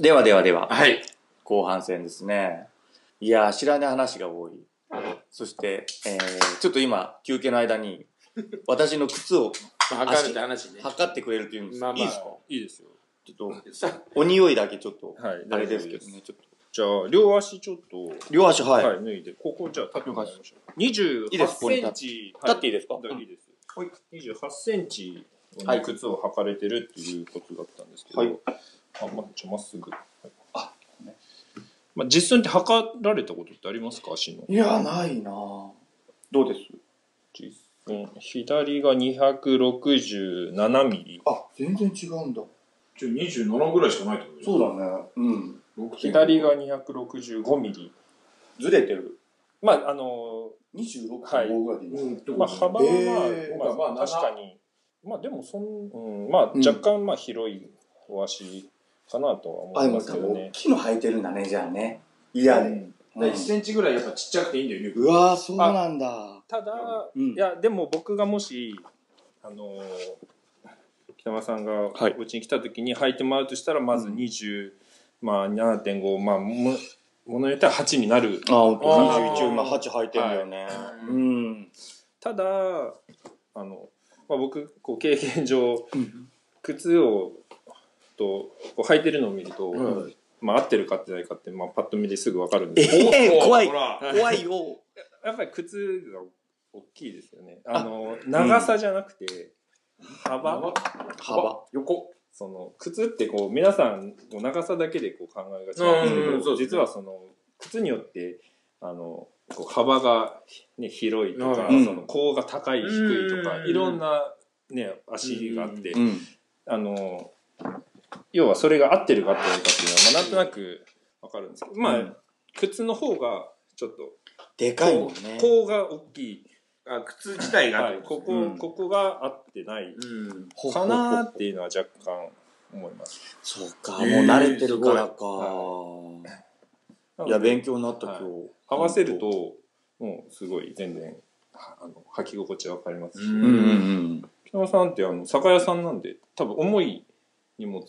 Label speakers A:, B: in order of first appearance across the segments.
A: ではではでは、
B: はい。
A: 後半戦ですね。いやー、知らない話が多い。そして、えー、ちょっと今、休憩の間に、私の靴を
B: まあ、測るって話ね。
A: 測ってくれるというんです。
B: まあまあ
A: いいですか
C: いいですよ。
A: ちょっと、お匂いだけちょっと、
C: はい。
A: あれですけどね、ちょっと。
C: じゃあ、両足ちょっと、
A: 両足、はい。
C: はい、脱いで、ここじゃあ立ってもらいましょう。28
A: いいですここに
C: セ
A: 立
C: ン
A: っ
C: チ。
A: 立っていいですか
C: はいいいですよ。28センチ
A: は
C: の
A: い
C: 靴を履かれてるっていうことだったんですけど、
A: は
C: はいい、あ、まちょまっすぐ。はいまあ、実寸って測られたことってありますか足の。
A: いや、ないなぁどうです
C: 実寸。左が267ミリ。
A: あ、全然違うんだ。
D: ちょ27ぐらいしかないってこと
A: そうだね。うん。
D: う
C: 左が265ミリ。
A: ずれてる。
C: まあ、あの
A: 26.5ぐらいでいいんですか、
C: まあ、幅は、
A: へ
D: ー
C: まあ、
D: まあ
C: 確かに、まあ、でもそん、うん、まあ、
A: うん
C: 若干、まあ、広いお足かなとは思
A: あ、
C: い
A: でも
C: ます
A: 多
C: けど
A: 分
C: ね
A: 大。きいの履いてるんだね、じゃあね。いや、
D: う
A: ね
D: んだから1センチぐらいやっぱちっちゃくていいんだよね
A: うわぁ、そうなんだ。
C: ただ、
A: うん
C: いや、でも僕がもし、あのー北間さんが
A: はいう
C: ちに来た時に履いてもらうとしたら、まず20、まあ、7.5、まあ、もものによっては8になる。
A: あ、本当
D: あー
A: 21今8履いてんだよね。うん。
C: ただ、あの、まあ、僕、こう、経験上、
A: うん
C: 靴を、と、こう履いてるのを見ると、
A: うん
C: まあ、合ってるか合ってないかって、まあ、パッと見ですぐわかるんですけど
A: えー、怖い
D: ほ。ら
A: 怖いよ。
C: やっぱり靴が大きいですよねあの長さじゃなくて、幅
D: 幅
A: 幅。
D: 横
C: その靴ってこう皆さんこう長さだけでこう考えがちなんですけど、
D: うんそうですね
C: 実はその靴によってあのこう幅が、ね、広いとか、
A: うん
C: その甲が高い低いとか、
D: うん
C: いろんな、ね、足があって、
A: ん。
C: あの要はそれが合ってるか合ってないかっていうのは、まあ、なんとなくわかるんですけどまあ、
A: うん
C: 靴の方がちょっと
A: でかいもんね。
C: 甲が大きい
B: あ、靴自体があ
C: は
B: る
C: い、ここ、
A: うん
C: ここが合ってない
B: うん。
A: ほ
C: かなー
A: ほ
C: っていうのは若干思います。
A: そうか、もう
B: えー
A: 慣れてるから
B: す
A: か。
C: な
A: い
C: ので
A: や、勉強になった今
C: はい
A: 日。
C: 合わせると、もうすごい全然、はあの、履き心地わかりますし、
A: うん。うんう。
B: うん
C: 北野さんってあの、酒屋さんなんで、多分重い荷物を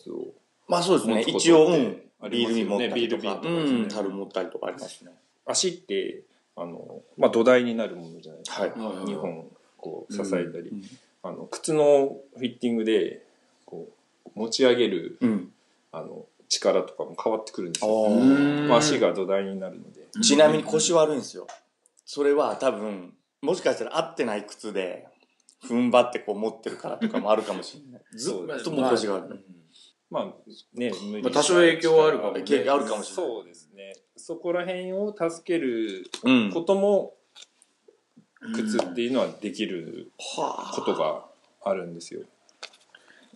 A: まあそうですね。
C: 持つこと
A: 一応、う
C: ってあ
A: ん。ビ
C: り
A: ール
C: ます
A: に
C: よ
A: 持っ
C: ね
A: たりとか、
C: ビール瓶とかですね
A: うん樽持ったりとかありますね。
C: 足って、あの、まあ、土台になるものじゃないですか。
A: はい
C: 2本、こう、支えたり、
A: うん
C: あの、靴のフィッティングで、こう、持ち上げる、
A: うん。
C: あの、力とかも変わってくるんです
A: あ
C: よ。
A: ー
C: まあ足が土台になるので。
A: ちなみに腰悪いんですよ。それは多分、もしかしたら合ってない靴で、踏ん張ってこう持ってるからとかもあるかもしれない。ず
C: そうで
A: っ
C: す
A: ともう腰が悪い。
C: まあね、
B: まあ多少影響はあるかも
A: ね
C: 影響
A: あるかもしれない
C: そうですね。そこら辺を助ける
A: うん
C: ことも、靴っていうのはできる
A: は
C: ことがあるんですよ。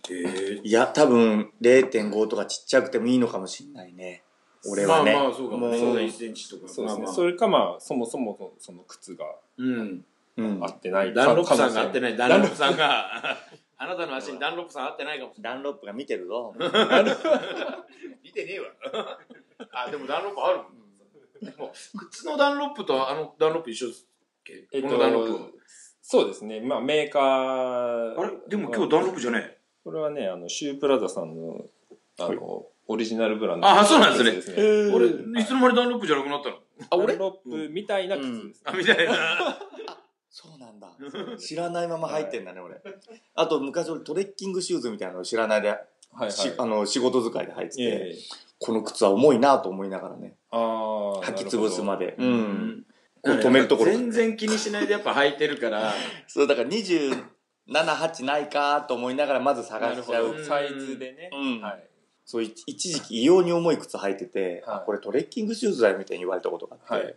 B: え
A: いや、多分0.5とかちっちゃくてもいいのかもしれないね。俺はね。
D: まあまあそうかも
A: も
D: ね
A: う
D: そうだ1センチとか
C: そうですね。
D: まあまあ
C: それかまあ、そもそものその靴が
B: うん。
A: うん
C: 合ってない
B: ダンロップさんが合って
C: い。
B: ない、ダンロップさんが。 あなたの足にダンロップさん合ってないかもしれない。
A: ダンロップが見てるぞ。
B: 見てねえわ。 あ、でもダンロップある。でも、靴のダンロップとあのダンロップ一緒ですっけ
C: えっ
B: このダンロッ
C: と
B: プ。、
C: そうですね。まあメーカー。
B: あれでも今日ダンロップじゃね
C: これはね、あの、シュープラザさんの、あの、オリジナルブランド。
B: あそうなんですね
C: す
A: え
C: ね。
B: え。俺、いつの間にダンロップじゃなくなったの
C: あ、俺ロップみたいな靴です。
B: あ、みたいな。
A: そうなんだ。知らないまま入ってんだね、俺。あと、昔俺トレッキングシューズみたいなのを知らないで、
C: はい
A: し
C: は
A: あの、仕事使いで入って
C: い。
A: て、
C: ええ。
A: この靴は重いなと思いながらね、
C: ああ。
A: 履き潰すま
C: で。
A: で。う
C: なるほど
A: ん。これ止めるところ
B: 全然気にしないでやっぱ履いてるから。
A: そう、だから27、8ないかと思いながらまず探しちゃ
B: なるほ
A: う。
B: ど
C: サイズでね。
A: うん。
C: はい。
A: そう、い一時期異様に重い靴履いてて、
C: はい
A: あこれトレッキングシューズだよみたいに言われたことがあっ
C: は
A: て、
C: い。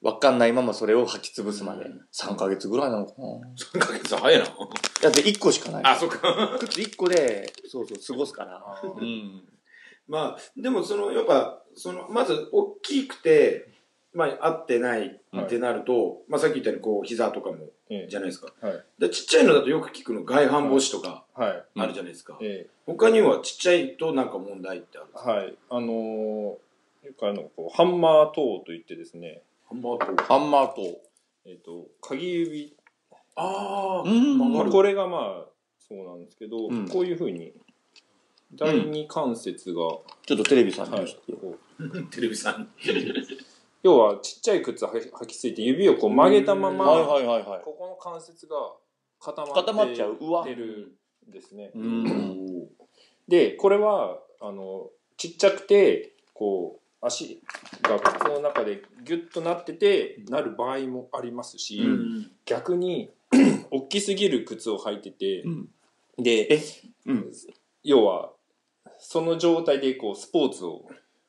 A: わ、かんないままそれを履き潰すまで
B: うん。
A: 3ヶ月ぐらいなのかな。
B: 3ヶ月早いな。
A: だって1個しかない。
B: あ、そっか。
A: 靴1個で、そうそう、過ごすから。うん。
B: まあ、でもその、やっぱ、その、まず、大きくて、まあ、合ってないってなると、まあ、さっき言ったように、こう、膝とかも、
C: え
B: じゃないですか。
C: え。はい。
B: で、ちっちゃいのだとよく聞くの、外反母趾とか、
C: はい。
A: うん
B: あるじゃないですか。
C: ええ。
B: 他には、ちっちゃいとなんか問題ってある。
C: はい。あのー、よくあの、こう、ハンマー等といってですね、
B: ハンバーグ。
A: ハンマーと。
C: えっと、鍵指。
B: ああ、
A: ん
B: 曲が
C: まあ
B: る。
C: これがまあ、そうなんですけど
A: うん、
C: こういうふうに、第二関節が、
A: ちょっとテレビさん
C: は
A: に
C: いこう
B: テレビさんに。
C: 要はちっちゃい靴は履きついて指をこう曲げたまま、
A: はいはいはいはい
C: ここの関節が固まって
A: 固まっちゃううわ
C: 出るんですね。
A: うん
C: でこれはあのちっちゃくてこう足が靴の中でギュッとなっててなる場合もありますし、
A: うん
C: 逆に大きすぎる靴を履いてて、
A: うん
C: で
A: えうん
C: 要はその状態でこうスポーツを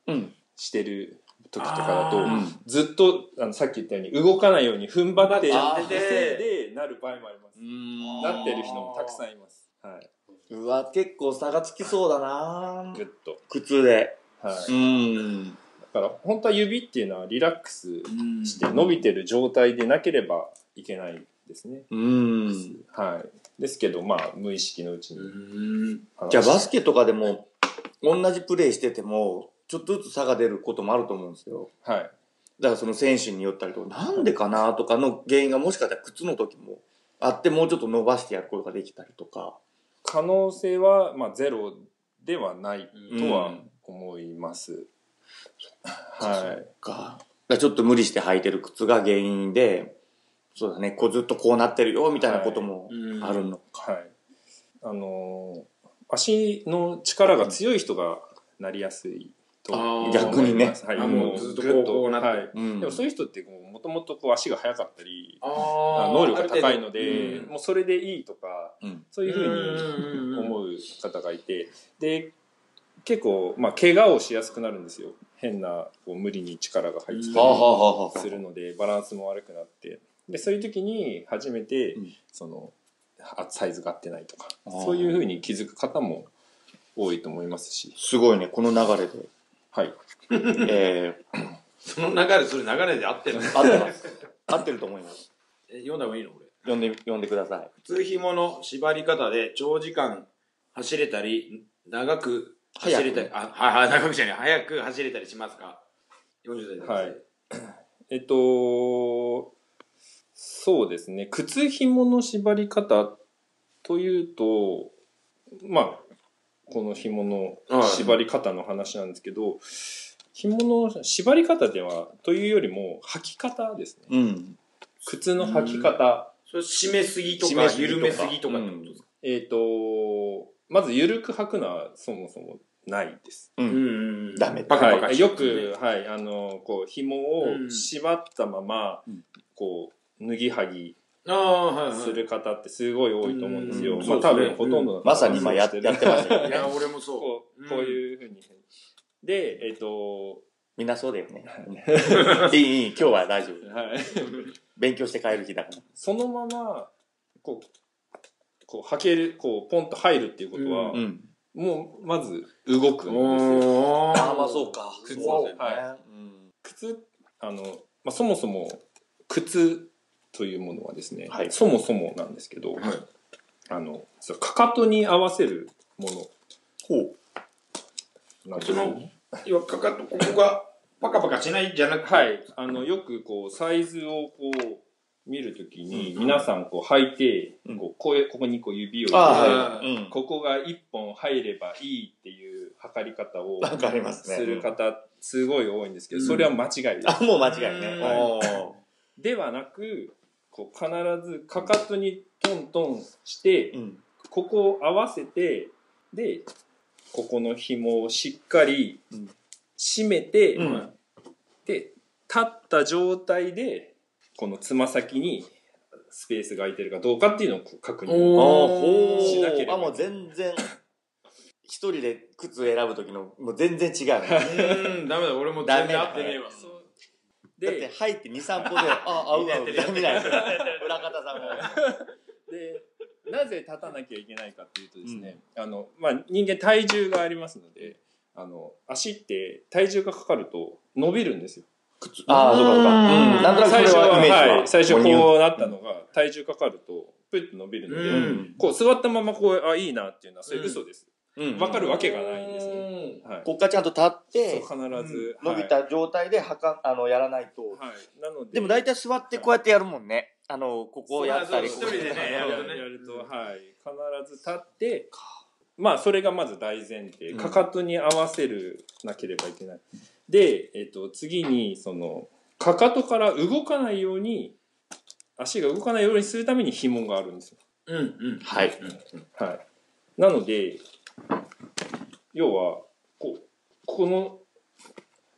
A: うん
C: してる時とかだと、
B: あー
C: ずっとあのさっき言ったように動かないように踏ん張って
B: 踏ん
A: 張
C: や
A: っ
C: っ
A: ち
C: て
A: ゃってて
C: てでなる場合もあります。
A: うん
C: なってる人もたくさんいます。はい。
A: うわ結構差がつきそうだな
C: ぐっと。
A: 靴で
C: は
A: う
C: い。
A: ん
C: だから本当は指っていうのはリラックスして伸びてる状態でなければいけないですね。
A: うん
C: はい。ですけど、まあ、無意識のうちに。
A: じゃあバ
C: ス
A: スケとかでも同じプレーしててもちょっとずつ差が出ることもあると思うんですよ
C: はい。
A: だからその選手によったりとかなんでかなとかの原因がもしかしたら靴の時もあってもうちょっと伸ばしてやることができたりとか
C: 可能性は、まあ、ゼロではないと
A: う
C: は
A: ん
C: 思います。はい。
A: かだからちょっと無理して履いてる靴が原因でそうだねこうずっとこうなってるよみたいなこともあるのか、
C: はい。あのー足の力が強い人がなりやすいと思います。
A: あー逆にね
C: はい。
B: あ
C: も
B: も
C: う
B: うず
C: ずっ
B: っ
C: と
B: と
C: こ
B: こ
C: う
B: うこうなって
C: はい。
A: うん
C: でもそういう人ってもともと足が速かったり
B: あ
C: 能力が高いので
B: うん
C: もうそれでいいとか
A: うん
C: そういうふうに
B: 思
C: 思う方がいてで結構まあ怪我をしやすくなるんですよ変なこう無理に力が入って
A: はあは
C: た
A: あはあはあ
C: りするのでバランスも悪くなってでそういう時に初めて
A: うん
C: そのあサイズが合ってないとか
A: あー
C: そういうふうに気づく方も多いと思いますし
A: すごいねこの流れで、
C: はい
A: え
B: その流れ、それ流れで合 ってるの
A: ー、合ってます合ってると思います
B: え読んだ方がいいのこれ。
A: 読んで読んでくださ
B: 普通紐の縛り方で長時間走れたり、長く走れたり、あ、はいはい、長くじゃない、早く走れたりしますか ?40 代
C: はいえっと、そうですね。靴紐の縛り方というと、まあ、この紐の縛り方の話なんですけど、紐の縛り方では、というよりも、履き方ですね。
A: いうん
C: 靴の履き方。
B: それ締めすぎと
A: 締
B: か
A: めすぎとか
B: 緩めすぎとかってことですか、
C: えっと、まず、緩く履くのはそもそもないです。
A: うん
B: ん
A: ダメ
B: パカパカ、
C: はい、よく、はい、あの、こう、紐を縛ったまま、
A: うん
C: こう、脱ぎはぎ
B: ああはい、はい、
C: する方ってすごい多いと思うんですよ。
A: うん
C: まあ多分ほとんどの方が
A: まさに今やっ
C: そう
A: やってましたよ
B: い
A: ね
B: や俺もそう
C: こうこういうふうに。で、えっ、と、
A: みんなそうだよ ねいいいい今日は大丈夫
C: はい、
A: 勉強して帰る日だから
C: そのままこうこう履けるこうポンと入るっていうことは、
A: ん
C: もうまず動くんですよ。
B: おー
A: ああまあそうか
C: 靴
A: そうだよね、
C: は
A: うん
C: 靴あの、まあ、そもそも靴というものはですね、
A: はい
C: そもそもなんですけど、
B: い
C: あのそうかかとに合わせるもの
A: ほ
C: なんですよね。
B: 要はかかとここがパカパカしないじゃなくて、
C: はい、あのよくこうサイズをこう見るときに皆さんこう履いて
A: うん
C: こうこういうここにこう指を
A: う
C: 入れて
B: あーはい
A: うん
C: ここが1本入ればいいっていう測り方を
A: なんかありますね
C: する方すごい多いんですけど
B: うん
C: それは間違いで
A: あ
C: す。
A: もう間違いね
B: うん
A: お
C: ではなくこう必ずかかとにトントンして
A: ーうん
C: ここを合わせてでここの紐をしっかり
A: うん
C: 締めて、
A: うん
C: で立った状態でこのつま先にスペースが空いてるかどうかっていうのをこう確認
A: あー
B: お
A: ほ
B: ー
C: しなけれ
A: ー
C: ば
A: あもう全然一人で靴選ぶ時のもう全然違うね
B: うーんダメだ俺も
A: ダ
B: 全
A: メ
B: 然
A: だ
B: 合ってねえわ
C: そう
A: だって
C: で
A: 入って23歩であ合う合うって見ないと裏方さんも
C: でなぜ立たなきゃいけないかっていうとですね、あのまあ、人間体重がありますのであの足って体重がかかると伸びるんですよ。
A: ああそうかそうかうんなんとなく
C: 最
A: そ
C: 初
A: れは
C: は、
A: イメージは
C: はい、最初
A: ここに言う
C: こうなったのが体重かかるとプッと伸びるので、
B: うん
C: こう座ったままこうあいいなっていうのはそれ嘘です。
A: うん
C: わかるわけがないんですね
B: ね
C: はい
A: こっからちゃんと立って
C: そう必ず、
A: 伸び
C: はい
A: た状態ではかあのやらないと
C: はい、なので
A: でも大体座ってこうやってやるもんねあのここをやったり
B: そうそう一人でね
C: や
B: や
C: る
B: る
C: と
B: と
C: ね
B: ね
C: やるとはい必ず立ってまあ、それがまず大前提。
A: うん
C: かかとに合わせるなければいけない。で、えっと、次に、その、かかとから動かないように、足が動かないようにするために紐があるんですよ。
B: うんうん。
A: はい。
C: はい。なので、要は、こう、この、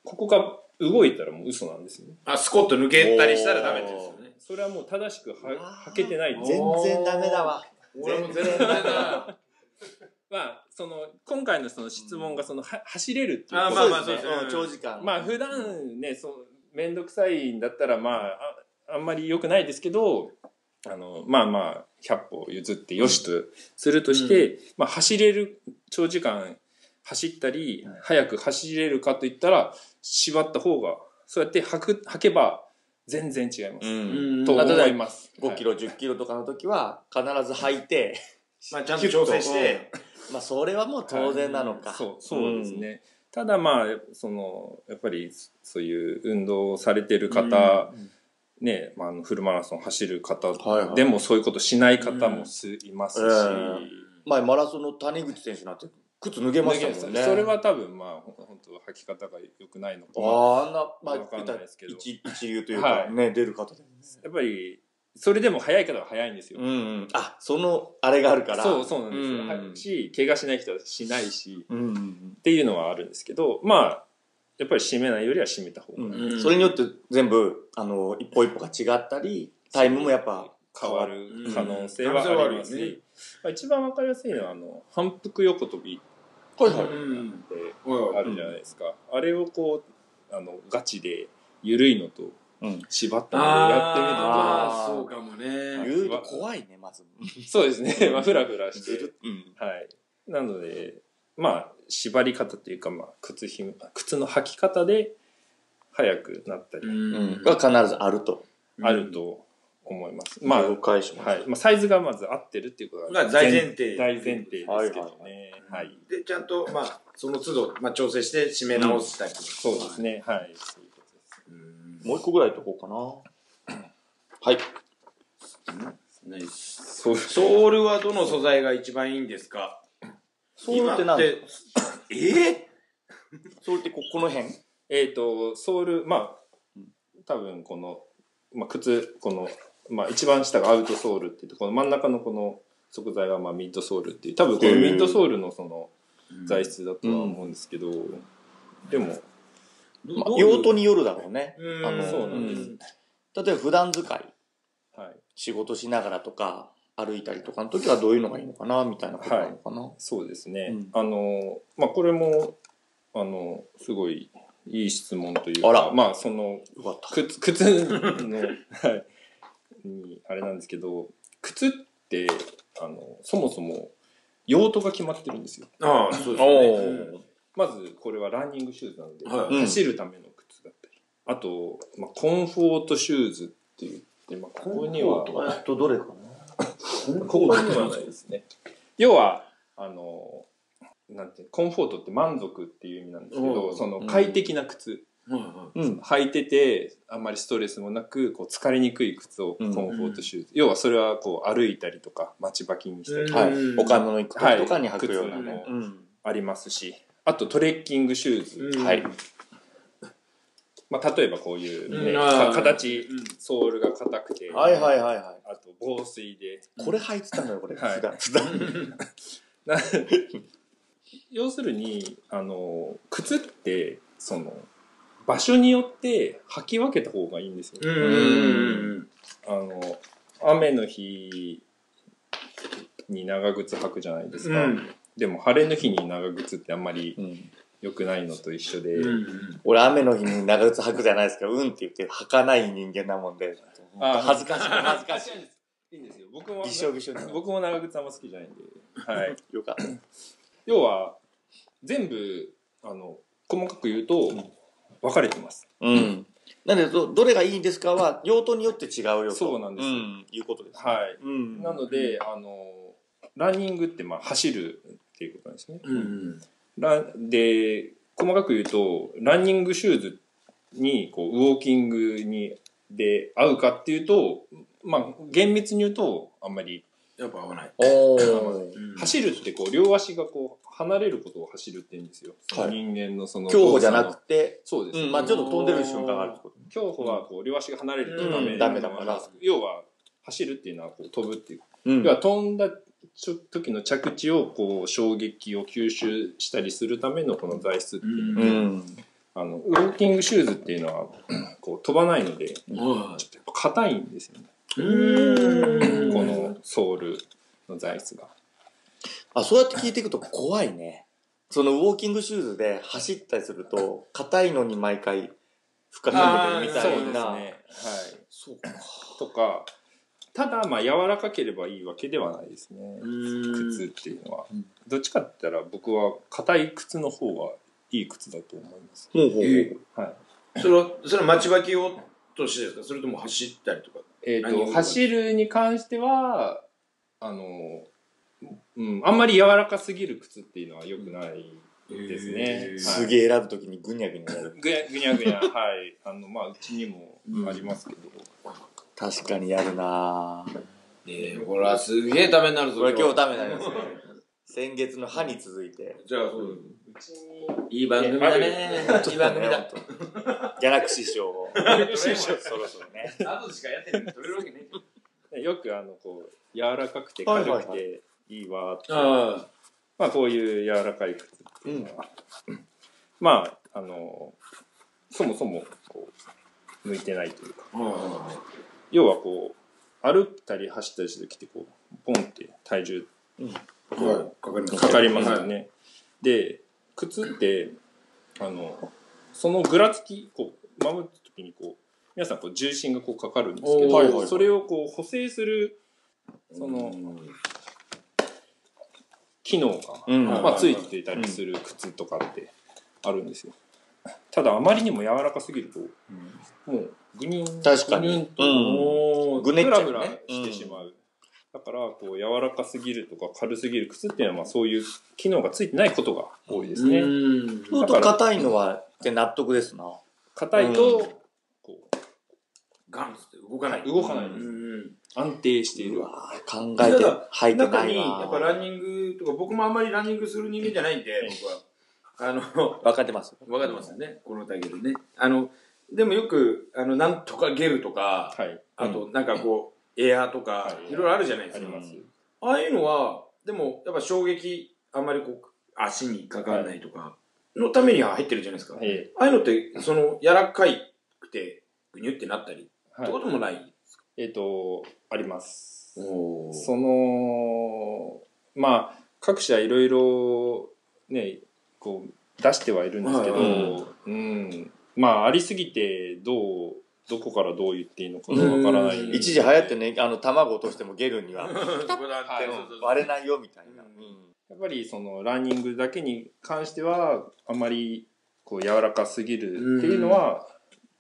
C: ここが動いたらもう嘘なんですよね。
B: あ、スコッと抜けたりしたらダメですよね。
C: それはもう正しく
A: う
C: は
A: わー
C: はけてないんです
A: 全然ダメだわ。
B: 俺もゼロ だな。
C: まあ、その、今回のその質問が、その、は走れるっていう
B: あ
C: こ
B: まあ
C: と
B: まあ
A: そうですね
B: そうですね
A: うん長時間。
C: まあ、普段ね、そう、めんどくさいんだったら、まあ、ああんまり良くないですけど、あの、まあまあ、100歩譲ってよしとするとして、まあ、走れる、長時間走ったり、早く走れるかといったら、縛った方が、そうやって履く、履けば、全然違います。
A: うん。
C: と
A: あ
C: 思います。
A: 5キロ、10キロとかの時は、必ず履いて、
B: まあちゃんと調整して。
A: まあ、それはもう当然なのか。
C: そうそうですね、ただまあそのやっぱりそういう運動をされてる方、ね、まあ、あのフルマラソン走る方
A: はいはい
C: でもそういうことしない方もすいますし、
A: うん前、マラソンの谷口選手なんて、靴脱げましたもんね。
C: それ、は多分まあほん本当履き方が良くないの
A: あ
C: かな
A: あ、あんな、まあ、
C: わかんないですけど
A: 一一流というか、
C: はい
A: ね、出る方で。
C: やっぱりそれでも早い方は早いんですよ、
A: うんうん。あ、その、あれがあるから。
C: そうそうなんですよ、
A: うん
C: はいし怪我しない人はしないし
A: うんうん
C: っていうのはあるんですけどまあやっぱり締めないよりは締めた方が
A: うん
B: うん
A: それによって全部、あの、一歩一歩が違ったり、タイムもやっぱ、
C: 変わる可能性はありますし、
B: うん
C: まあ、一番わかりやすいのはあの反復横跳び
A: は
B: う
A: い
B: ん。
C: って
B: おい
C: あるじゃないですか、あれをこうあのガチで緩いのと
A: うん
C: 縛ったのでやっ
B: あ
A: あ
B: あ、
A: ー
B: そうかもね。
A: 言うと怖いね、まず。
C: てみるとそうですね、ま あ、フラフラし
A: ず
C: て
A: る、うん。
C: はいなのでまあ縛り方というか、まあ、靴ひも靴の履き方で速くなったり
B: うん
A: が必ずあると。
C: あると思います、まあ、
A: 了解しま
C: はいまあ、サイズがまず合ってるっていうこと
B: が大前提
C: 大前提ですけどねはい、
B: で、ちゃんと、まあ、その都度、まあ、調整して締め直したりとか。
C: そうですねはいそういうことです
B: うん。
A: すもう一個ぐらいいとこうかな。はい。
B: ないです
C: そう
B: ソールはどの素材が一番いいんですか
A: ソールって何
B: 今ってええ
A: ソールってここの辺
C: えっ、と、ソール、まあ、多分この、まあ、靴、この、まあ、一番下がアウトソールっていうとこの真ん中のこの食材がまあミッドソールっていう、多分この
A: へ
C: ミ
A: ー
C: ッドソールのその材質だとは思うんですけど、でも、
A: まあ用途によるだろうね。
B: うん
A: あの
C: そうなんです
A: ん例えば普段使い、
C: はい、
A: 仕事しながらとか、歩いたりとかの時はどういうのがいいのかな、みたいなことなのかな。
C: そうですね。
A: うん
C: あの、まあ、これも、あの、すごいいい質問という
A: あ、
C: からまあ、その、
A: よかった。
C: 靴、靴の、はい、に、あれなんですけど、靴って、あの、そもそも用途が決まってるんですよ。
B: ああ、そうです
A: お
B: ね。
A: ー
C: まず、これはランニングシューズなので、
B: はい
C: 走るための靴だったり、あと、まあ、コンフォートシューズって言って、まあ、ここには、こ
A: えっと、どれかな
C: こにはないですね。要は、あの、なんていうコンフォートって満足っていう意味なんですけ
B: う
C: ど、
B: ん
C: その快適な靴。
B: うん
A: うん。
C: 履いててあんまりストレスもなくこう疲れにくい靴をコンフォートシューズ、要はそれはこう歩いたりとか待ち履きにしたりとか
A: は
B: うん
A: い。お買い物行く時とかに履くような
C: は
A: ね
C: い。靴
A: うん
C: ありますしあとトレッキングシューズ、
B: うん
A: はい。
C: まあ、例えばこういう、
B: う
C: ね
B: ん
C: か
B: あー
C: 形
B: うん
C: ソールが硬くて、
A: はいはいはいは
C: あと防水で
A: い。これ履いてたのよ、これ。
C: はい
A: 普段。普段。
C: な 要するにあの靴ってその場所によって履き分けた方がいいんですよ、
B: うんうん
C: あの雨の日に長靴履くじゃないです
B: う
C: か、
B: ん
C: でも晴れの日に長靴ってあんまり
A: うん
C: 良くないのと一緒で、
B: うん
A: 俺雨の日に長靴履くじゃないですか、うんって言って履かない人間なもんで、
C: あー
A: 恥ずかしい、恥 ずかしい。
C: いいんですよ僕も
A: びしょびしょに。
C: 僕も長靴あんま好きじゃないんで、はい、
A: よかった。
C: 要は全部あの細かく言うと分かれてます
A: うん。なんでど、どれがいいんですかは、用途によって違うよと。
C: そうなんですよ
A: ん、いうことです。
C: はい
A: うん
C: なのであのランニングってまあ走るっていうことなんですね
B: うん
C: ランで細かく言うとランニングシューズにこうウォーキングにで合うかっていうとまあ厳密に言うとあんまり
B: やっぱ合わない。
A: お
B: うん
C: 走るってこう両足がこう離れることを走るって言うんですよ、
A: はい
C: 人間のその
A: 競歩じゃなくて、
C: そうです、
A: うん、まあちょっと飛んでる瞬間があるってこと。
C: 競歩はこう両足が離れるとダメ,、
A: うんダメだから
C: 要は走るっていうのはこう飛ぶっていう、
A: うん
C: 要は飛んだちょ時の着地をこう衝撃を吸収したりするためのこの材質っていう、
A: う
B: うん
A: ん。
C: あのウォーキングシューズっていうのはこう飛ばないのでちょ
B: は
C: っとやっぱ硬いんですよね
B: い。うん
C: このソールの材質が。
A: あ、そうやって聞いていくと怖いね。そのウォーキングシューズで走ったりすると、硬いのに毎回負荷かけてるみたいな。
C: はい。
A: そうか。
C: とか、ただ、まあ、柔らかければいいわけではないですね。靴っていうのは
A: うん。
C: どっちかって言ったら、僕は硬い靴の方がいい靴だと思います。
A: ほうほうほう。
B: え
C: はい。
B: それは、それは待ちばきをとしてですかそれとも走ったりとか。
C: えっ、
B: 何を
C: と、走るに関しては、あの、うん、あんまり柔らかすぎる靴っていうのは良くないですね。
B: へー
A: す
C: え。
A: げえ選ぶときにぐにゃぐに ゃやる。
C: ぐやぐにゃぐにゃ、はい。あの、まあ、うちにもありますけど。
A: 確かにやるなぁ。
B: えー、ほら、すげえダメになるぞ。
A: これ今日ダメにな りますね。先月の歯に続いて。
B: じゃあ、そう。いい番組だね。いい番組だ。
A: 本当 ギャラクシー賞を。ギャラクシー賞そろそろね。
B: あとしかやってない。取れるわけね
C: よくあのこう柔らかくて
A: はい
C: 軽
A: はいはい
C: くていいわって、
B: あ
C: まあこういう柔らかい靴っていうのは、まああのそもそもこう向いてないというか
B: あ。うん
C: 要はこう歩いたり走ったりした時ってこうポンって体重
B: はいかかります
C: かかりますよね、で靴ってあのそのぐらつきこう守る時にこう皆さんこう重心がこうかかるんですけど、
B: おーはいはいはい
C: それをこう補正するその機能が
A: うん。
B: はい
C: まあ、ついていたりする靴とかってあるんですよ。ただあまりにも柔らかすぎると、もうグニュン
A: 確かに
C: グニュンと
A: うん
C: もう
A: ぐ
C: グ
A: ねっちゃうね
C: ラグラしてしまう。だからこう柔らかすぎるとか軽すぎる靴っていうのはまあそういう機能がついてないことが多いですね。
B: うん
A: ちょっと硬いのはって納得ですな。
C: 硬いうと
A: ん
C: こ
B: ガンって動かない。
C: う動かない
B: うん
C: で
B: う
C: す。
B: ん
C: 安定している。
A: わぁ考えて、履いて
B: 中
A: な
B: に
A: い
B: やっぱラ
A: わ
B: ンニングとか僕もあんまりランニングする人間じゃないんで僕はあの
A: 分かってます。
B: 分かってますよねこの体型でねあのでもよくあのなんとかゲルとか
C: はい。
B: あとなんかこうエアーとか
C: はい
B: いろいろあるじゃないで
C: あ
B: す
C: り
B: か
C: ます。
B: ああいうのはでもやっぱ衝撃あんまりこう足にかかんないとかのためには入ってるじゃないですか
C: え
B: ああいうのってその柔らかいくてぐにゅってなったりっ
C: えは
B: て
C: い
B: こともない
C: えっと、あります。
B: お
C: そのまあ各社いろいろねこう出してはいるんですけど、
B: はいはい
A: は
C: うん、まあありすぎてどうどこからどう言っていいのかがわからな
B: う
C: い
B: ん
A: 一時流行ってね、あの、卵落としてもゲルには
B: はいそうそうそう
A: 割れないよみたいな。
C: やっぱりそのランニングだけに関してはあまりこう柔らかすぎるっていうのは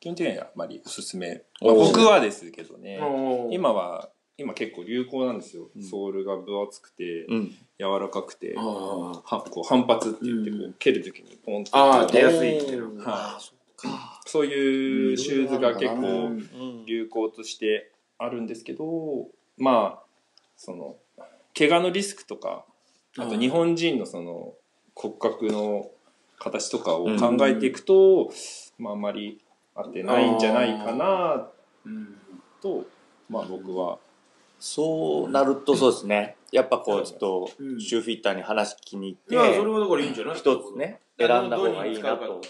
C: 基本的にはあまりおすすめ、まあ
A: おー
C: 僕はですけどね
B: おー
C: 今は今結構流行なんですよ、
A: うん
C: ソールが分厚くて
A: うん。
C: 柔らかくて、
B: ああ
C: はこう反発って言ってこう、
B: うん
C: 蹴るときにポンって
B: ああ
C: こう
B: 出やすいっていう
A: うん
C: はいそういうシューズが結構
A: うん
C: 流行としてあるんですけどまあその怪我のリスクとかあと日本人のその骨格の形とかを考えていくと、まあ、あんまり合ってないんじゃないかな
B: うん
C: とまあ僕は
A: そうなるとそうですね。やっぱこう、ちょっと
B: う、ん
A: シューフィッターに話聞きに
B: いや
A: 行って、
B: それはだからいいんじゃない
A: 一つね、選んだ方がいいなと
B: どうに。使うかとか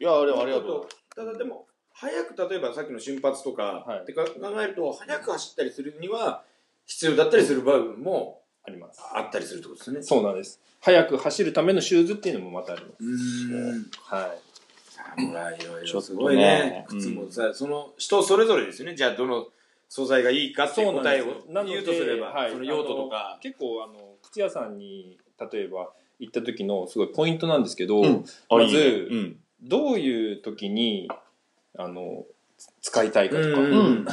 A: いや、あれ
B: でも
A: ありがとう。
B: ただでも早く例えばさっきの瞬発とか、
C: はい
B: ってか考えると早く走ったりするには必要だったりする部分も
C: あります。
B: あったりするってことですね
C: そうなんです。早く走るためのシューズっていうのもまたあります。
B: うん
C: はい。
B: ほらいろい
A: ちょ
B: ろ
A: っとね
B: すごいね
A: うん
B: 靴もさ、その人それぞれですよねじゃあどの素材がいいかっていう答えを
C: なので
B: 言うとすれば、
C: はい
B: その用途とか
C: あの結構あの靴屋さんに例えば行った時のすごいポイントなんですけど、
A: うん
C: ま
A: あいいね
C: ず
A: うん
C: どういう時にあのつ使いたいかとか、
B: うん
A: うん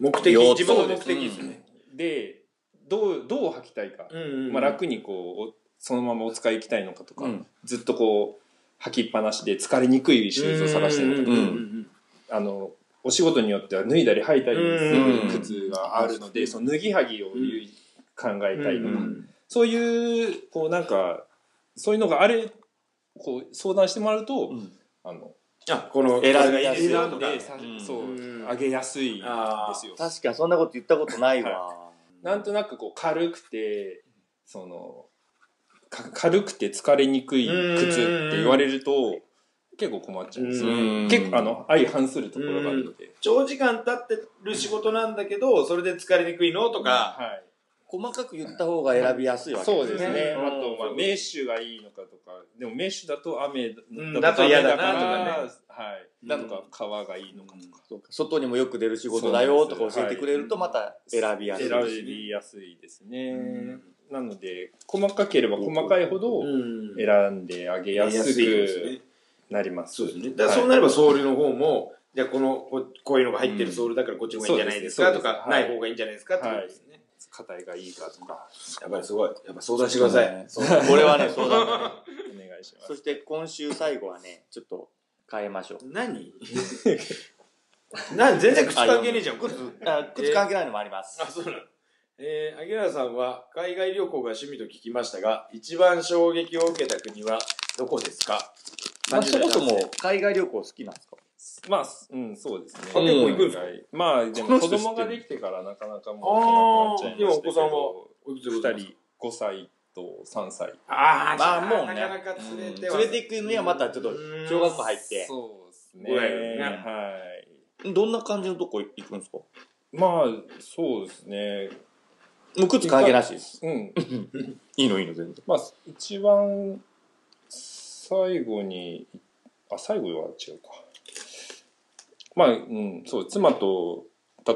B: 目的
A: 用途
B: 自分の目的ですよね、
C: でどうどう履きたいか、
B: うんうんうん
C: まあ、楽にこうおそのままお使い行きたいのかとか、
A: うん
C: ずっとこう履きっぱなしで疲れにくいシューズを探してるとか、
A: うん
C: あのお仕事によっては脱いだり履いたりする
A: うん
C: 靴があるので、
B: うん
C: その脱ぎはぎを考えたいとか、
B: うん
C: そういうこうなんかそういうのがあれこう相談してもらうと、
A: うん
C: あの
B: あ、こ
A: 選
B: の、これ
A: ん
B: がいい
A: だ
B: ですよ
A: 選
B: と
A: ん
B: か。
A: で
C: さ
A: うん
C: そう、
B: うん
C: 上げやすいんですよ。
A: 確かにそんなこと言ったことないわ。
C: なんとなくこう軽くてそのか軽くて疲れにくい靴って言われると結構困っちゃうんですよね
A: うん
C: 結構あの相反するところがあるので。
B: 長時間経ってる仕事なんだけど、それで疲れにくいのとか、
C: はい
A: 細かく言った方が選びやすいわけ
C: そうですね。
B: うん
C: あと、まあ、メッシュがいいのかとか、でもメッシュだと雨
B: うんだと嫌だなとかね
C: 雨だからはい。
B: な
C: なんん
B: と
C: と
B: か
C: か川がいいのかとか。
A: そうか外にもよく出る仕事だよとか教え
C: そうなんで
A: て
C: す
A: くれるとまた選びやすい
C: 選
A: ですね。
C: びやすいですね。
B: ん
C: なので、細かければ細かいほど
B: うん
C: 選んであげやす
B: 安いですね
C: く。なります。
B: そうですね。だから
C: はい
B: そうなればソールの方も、じゃあこの、ここういうのが入ってるソールだからこっちの方がいいんじゃないですか
C: そ
B: と
C: うです
B: か、
C: ねそうです
B: な
C: はい
B: い方がいいんじゃないですかってことですね。
C: 硬いがいいかとか。
B: やっぱりすごい。やっぱ相談してください。
A: そうこれはね、そうだね。
C: お願いしま
A: そ
C: す。
A: して今週最後はね、ちょっと変えましょう。
B: 何 何全然口関係ねえじゃん。靴
A: あ靴関係ないのもあります
B: あ、。そうなの。えー、アゲラさんは海外旅行が趣味と聞きましたが、一番衝撃を受けた国はどこですか
A: まあ
B: 30
A: そ
B: 代
A: も
B: 男性
A: そも海外旅行好きなんですか
C: まあ、うん、そうですね。
B: あ結構行くんですか
C: はいまあ、で
B: この
C: も
B: 人知っ
C: 子
B: てる
C: 供ができてからなかなかもう行けなくなっちゃいまし
B: あー今
C: たけど、
B: お子さんはおいくつでござい
C: 2
B: ます
C: 人5歳と3歳
B: あーじゃあ、
A: まあもうね
B: なかなか連れては、
A: 連れて行くにはまたちょっと小学校入って。
C: そうですね
B: ぐらいだよね
C: はい
A: どんな感じのとこ行くんですかも
C: まあそうですね
A: う靴関係なしです。
C: うん
A: いいのいいの全然。
C: まあ一番最後にあ最後は違うかまあうんそう妻と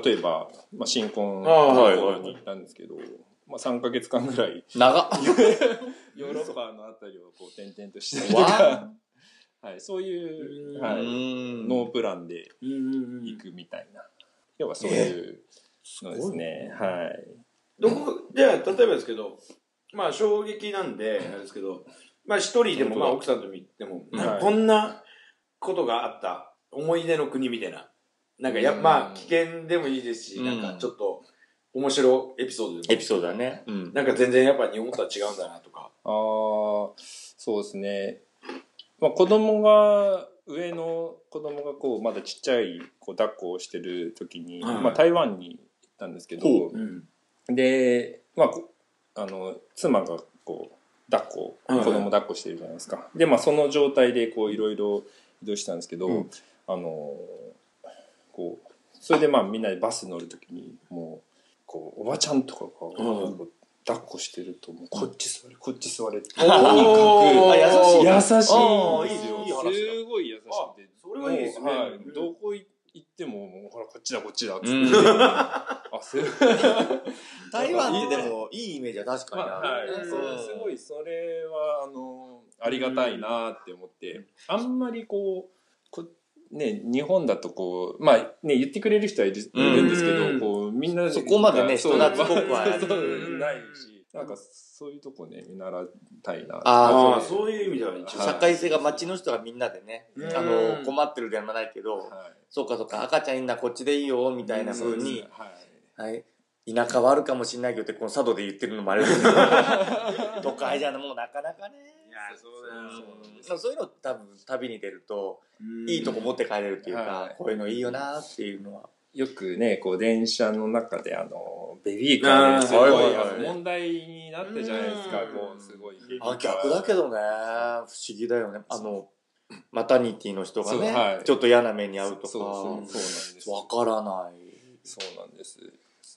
C: 例えば、まあ、新婚
B: ああはい
C: 旅行に行ったんですけど、まあ、3か月間ぐらい
A: 長っ。
C: ヨーロッパのあたりをこう転々としたりとか
A: わ、
C: はい、そういうう、
B: ん
A: う
C: はい、
A: ーん
C: ノープランで
B: うんうんうん
C: 行くみたいな、要はそういうのですねはい
B: どこ、じゃあ、例えばですけど、まあ、衝撃なんで、あれですけど、まあ、一人でも、
C: 本当だ
B: まあ、奥さんとも行っても、
C: はい
B: こんなことがあった、思い出の国みたいな。なんかや、
C: うん
B: まあ、危険でもいいですし、なんか、ちょっと、面白いエピソードでも。
A: エピソードだね。うん。
B: なんか全然やっぱ日本とは違うんだなとか。
C: あーそうですね、まあ、子供が上の子供がこうまだちっちゃいこう抱っこをしてる時に、
B: はい
C: まあ、台湾に行ったんですけど
A: ほ
B: うん。
C: で、まあ、こあの妻がこう抱っこ
B: はい
C: 子供抱っこしてるじゃないですか、で、まあ、その状態でこういろいろ移動したんですけど、
A: うん
C: あのこうそれでまあみんなでバス乗る時にもうこうおばちゃんとかが
B: うん
C: こう抱っこしてるともうこっち座れこっち座れって
B: おー
A: あ優しい
C: 優しいんです
A: あー
C: よ
A: いいですよいい話だ
C: すごい優しくて
B: それはいいですね
C: もうは
B: うん
C: どこ行ってももうほらこっちだこっちだっつって、
A: うん
C: あすごい
A: 台湾ってでもいいイメージは確か
C: ま
A: に
C: あはい、
A: な。
C: そうすごいそれはあのありがたいなって思って、あんまりこうこね日本だとこうまあね言ってくれる人はいる,、
A: うん
C: いるんですけどこうみんな
A: そこまでね
C: そう
A: 人懐っこくは
C: そうそう
B: うん
C: ないしなんかそういうとこね見習いたいな
A: あ
B: ああ、
A: ー
B: そういう意味では一
C: はい
A: 社
B: 番。
A: 会性が街の人がみんなでね
B: うん、
A: あの、困ってるでもないけど、
C: はい
A: そうかそうか、赤ちゃんいいんだ、こっちでいいよ、みたいな風に、
C: は
A: は
C: い
A: い。田舎はあるかもしれないけどって、この佐渡で言ってるのもあれですけど、都会じゃもうなかなかね。
B: いやそうだよ
A: うんそういうの多分旅に出ると、
B: うん
A: いいとこ持って帰れるっていう
C: は
A: か
C: い、
A: こういうのいいよなっていうのは。
C: よくねこう電車の中であのベビーカーですごい
A: あーはいはいはい
C: あの問題になったじゃないですか
B: うん
C: こうすごい
A: あ逆だけどね、不思議だよね。あの、マタニティの人が
C: そうは
A: ね
C: い、
A: ちょっと嫌な目に遭うと
C: そうそう
A: か、
C: そうなんです
A: わからない。
C: そうなんです。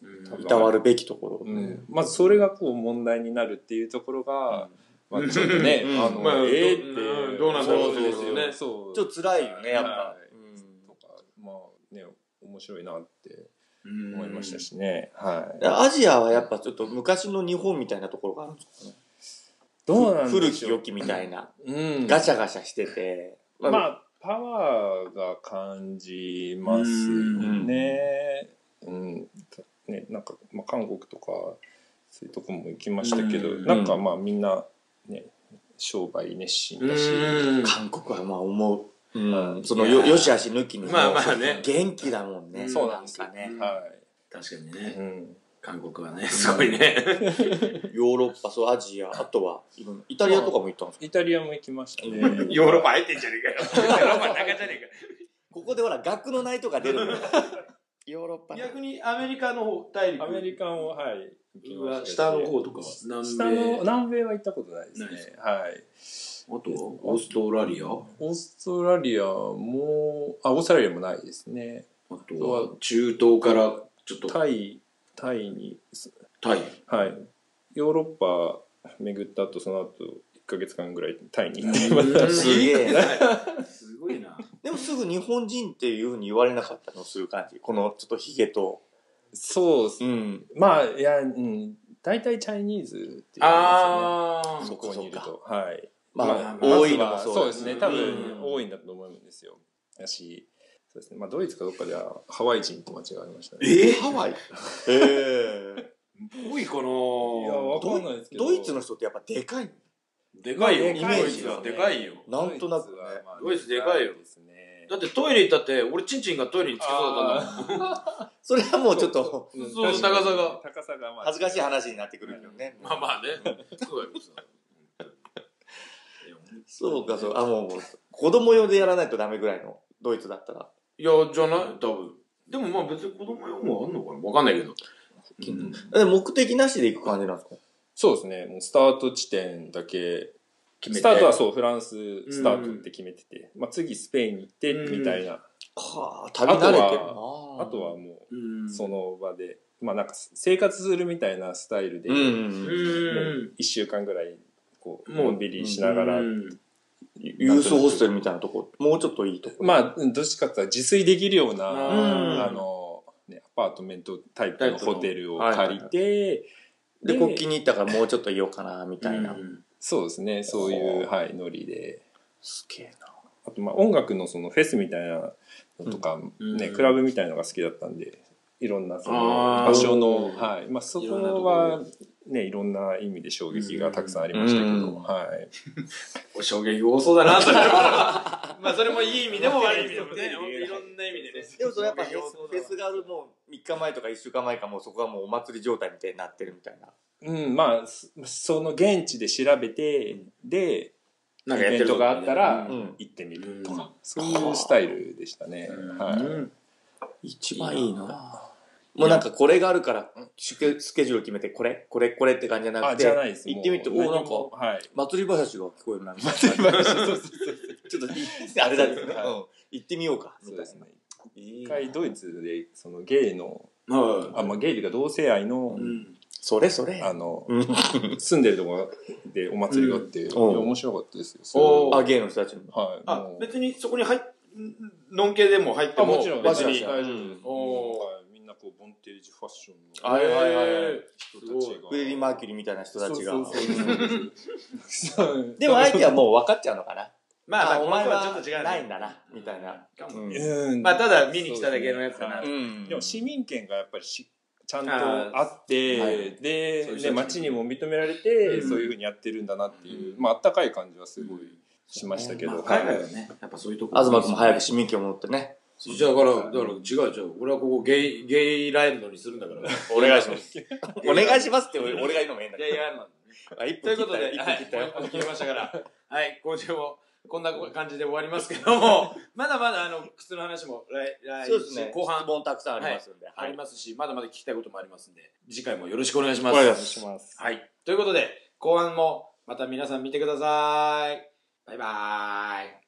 B: うん
A: いたわるべきところ。
C: うん、まずそれがこう問題になるっていうところが、まあちょっとね、
A: うん
C: あの、
B: まあ
C: ええ
B: ど
C: っ
B: うん
C: て、
B: どうなん
A: だろう
C: そうですよね。そう。
A: ちょっと辛いよね、やっぱ
C: は。い
A: うん
C: とか、まあね、面白いなって
B: うん
C: 思いましたしね。はい。
A: アジアはやっぱちょっと昔の日本みたいなところがあるんですかね
C: どうなん
A: 古
C: で
A: き
C: しょ
A: 良
C: う。
A: きみたいな、
C: うん。
A: ガシャガシャしてて、
C: まあ、パワーが感じますよね。うん。ね、なんか、まあ、韓国とか、そういうとこも行きましたけど、
B: うん
C: なんかまあみんな、ね、商売熱心だし、
B: うん
A: 韓国はまあ思う、うん、その
B: いや
A: よ
B: ー
A: よしあし抜きに
B: まあまあね
A: 元気だもんね、
B: うん
C: そうなんですよ
A: かね
C: は
B: 確かに
C: い。
B: ね。
C: うん。
B: 韓国はね、すごいね。
A: ヨーロッパ、そう、アジア、あとは、いろんなイタリアとかも行ったんですか
C: イタリアも行きましたね。
A: うん
B: ヨーロッパ入ってんじゃねえかよ。ヨーロッパの中じゃね
A: ここでほら、学のないとか出るのよ ヨーロッ
B: え
A: パ
B: か。
A: の
B: 逆にアメリカの方、大陸。
C: アメリカを、はい、行きました
B: 下
C: ね
B: の方とかは、南
C: 下の
B: 米。あ
C: 南米は行ったことないですね
B: ないです
C: はい
B: とはオーストラリア。あ
C: オーストラリアもあオーストラリアもないですね
B: とは、中東から、ちょっと、
C: タイタイに
B: タイ。
C: はいヨーロッパ巡った後その後1か月間ぐらいタイに行って
A: すげえな。
B: すごいな。
A: でもすぐ日本人っていうふうに言われなかったのする感じ。このちょっとヒゲと。
C: そうっす
A: うん。
C: まあいやうん大体チャイニーズっていうんですよね
B: あー。
C: 向こうにいるとはい
A: まあ、
B: まあ
A: 多いのも
C: まず
A: そ
C: は
A: う
C: そうですね多
A: うん
C: 分多いんだと思うんですよだしそうですねまあドイツかどっかではハワイ人と間違われましたね
B: え
A: ハワイ。ええ
B: 多いか
C: いや
B: な
C: わかんないですけど
A: ドイツの人ってやっぱでかいの
B: でかいよ。
C: でかい
B: ドイツはでかいよ。
A: なんとなくね。
B: ドイツでかいよ
C: ですね
B: だってトイレ行ったって、俺チンチンがトイレにつきそうだったんだもん。
A: それはもうちょっと
C: うん
B: そう
C: 確かに
B: 高さが
C: 高さがまあ
A: 恥ずかしい話になってくるけどね。
B: まあまあね。そうだけどさ。
A: そうか、そう。あ、もう、もう子供用でやらないとダメぐらいの、ドイツだったら。
B: いや、じゃない、多分。でもまあ別に子供用もあんのかなわかんないけど。うん
A: で目的なしで行く感じなんですか
C: そうですねもうスタート地点だけ
B: 決
C: スタートはそうフランススタートって決めてて、まあ、次スペインに行って
B: うん
C: みたいな、
A: はあ、旅慣れてるな
C: ああとはも
B: う。
C: うんその場で、まあなんか生活するみたいなスタイルで、
A: うん
C: ね、
A: うんうん。
B: うん。
C: 1週間ぐらいこう
B: もう
C: のんびりしながら、
B: うん
A: ユースホステルみたいなとこ、もうちょっといいとこ。
C: まあうんどっちかっていうと自炊できるような、
B: うん
C: あのね、アパートメントタイプのホテルを
A: タイプの
C: 借りて、
A: で、
C: で
A: 国旗に行ったからもうちょっといようかな、みたいな。
C: そうですねそうい
A: ほ
C: う、はい、ノリです
A: げえな。
C: あとまあ音楽のそのフェスみたいなのとか、
B: うん
C: ね
B: うん
C: クラブみたいのが好きだったんでいろんなそ
B: あ
C: の
B: ー
C: 場所の、はいまあ、そ
B: いろんなと
C: こ
B: こ
C: はねいろんな意味で衝撃がたくさんありましたけど、
A: うん
C: はい、
B: お衝撃多そう だな、それは。まあそれもいい意味でも悪い意味でもね。いろんな意味でね。
A: でもそれやっぱフェスフェスがあるもう3日前とか1週間前かもうそこはもうお祭り状態みたいになってるみたいな。
C: うん、まあそその現地で調べてで
B: なん
C: イ
B: かやっ
C: ベ
B: て
C: ン
B: る
C: トがあったら
A: うん
C: 行ってみると
B: うん
C: かそういうスタイルでしたね、はい
A: 一番いいな。もうなんかこれがあるから、スケスケジュール決めて、これ、これ、これって感じじゃな
C: あ
A: くて、
C: じゃないです
A: 行ってみて、お
C: もう
A: お、なんか、
C: はい
A: 祭り林が聞こえるな、みたいな。
C: そうそう
A: ちょっと、あれだけどね、
C: はい
A: うん行ってみようか、み
C: そう
A: た
C: で
A: い
C: すね
A: な。いい
C: 一
A: な
C: 回ドイツでそのゲイの
B: は
C: あ、まあ、ゲイというか同性愛の、
B: い。うん。
A: それそれ。
C: あの、
A: うん
C: 住んでるとこでお祭りがあって、
A: うん
C: いや面白かったですよ。
B: おー
A: あ、ゲイの人たちの。
C: はい。
B: あ
C: も、う
B: 別にそこに入っ、ノン系でも入って
C: あ
B: も。
C: もちろん、
A: 別
C: 別
A: に
C: に大丈夫です。
B: おー
C: はいみんなこう、ボンテージファッションの
B: はいはいはいはい。
C: 人たちが。
A: フレディ・マーキュリーみたいな人たちが。
C: そうそうそうそう
A: でも相手はもう分かっちゃうのかな。
B: まあ、まあ、
A: お前
B: この
A: は
B: 子ちょっと違うね
A: ないんだな、みたいな。
B: かも
A: うん
C: うん
B: まあただ見に来ただけのやつだな
C: はい
A: ん
C: でも市民権がやっぱりし、ちゃんと
B: あー
C: あって、
A: はい
C: で
B: そういう人たち
C: で、町にも認められて、
B: うん
C: そういうふうにやってるんだなってい
B: う
C: う、まあ、あったかい感じはすごいしましたけど、
B: まあ
C: はい
B: 海外はね、やっぱそういうとこ。
A: 東君も早く市民権を持ってね。
B: じゃあ、だから、だから違う違う。俺はここゲイ、ゲイランドにするんだから。
A: お願いします。 お願いしますって俺俺が言うのも変だけ
B: ゲイランド。
A: ど。あ、一
B: とい
A: 分
B: う
A: 切っ
B: こと
A: たよ。
B: で、
A: 一
B: は
A: 分
B: い、
A: 切ったよ。
B: 切りましたから。 はい、今週もこんな感じで終わりますけど も、まだまだあの、靴の話も来、来
A: そうですね。
B: 後半
A: 質問たくさんありますんで。
B: あり
A: ま
B: ますし、まだまだ聞きたいこともありますんで、次回もよろしくお願いしま
A: お願いし
C: お願い
B: す。
C: します。
B: はい。ということで、後半もまた皆さん見てください。バイバーイ。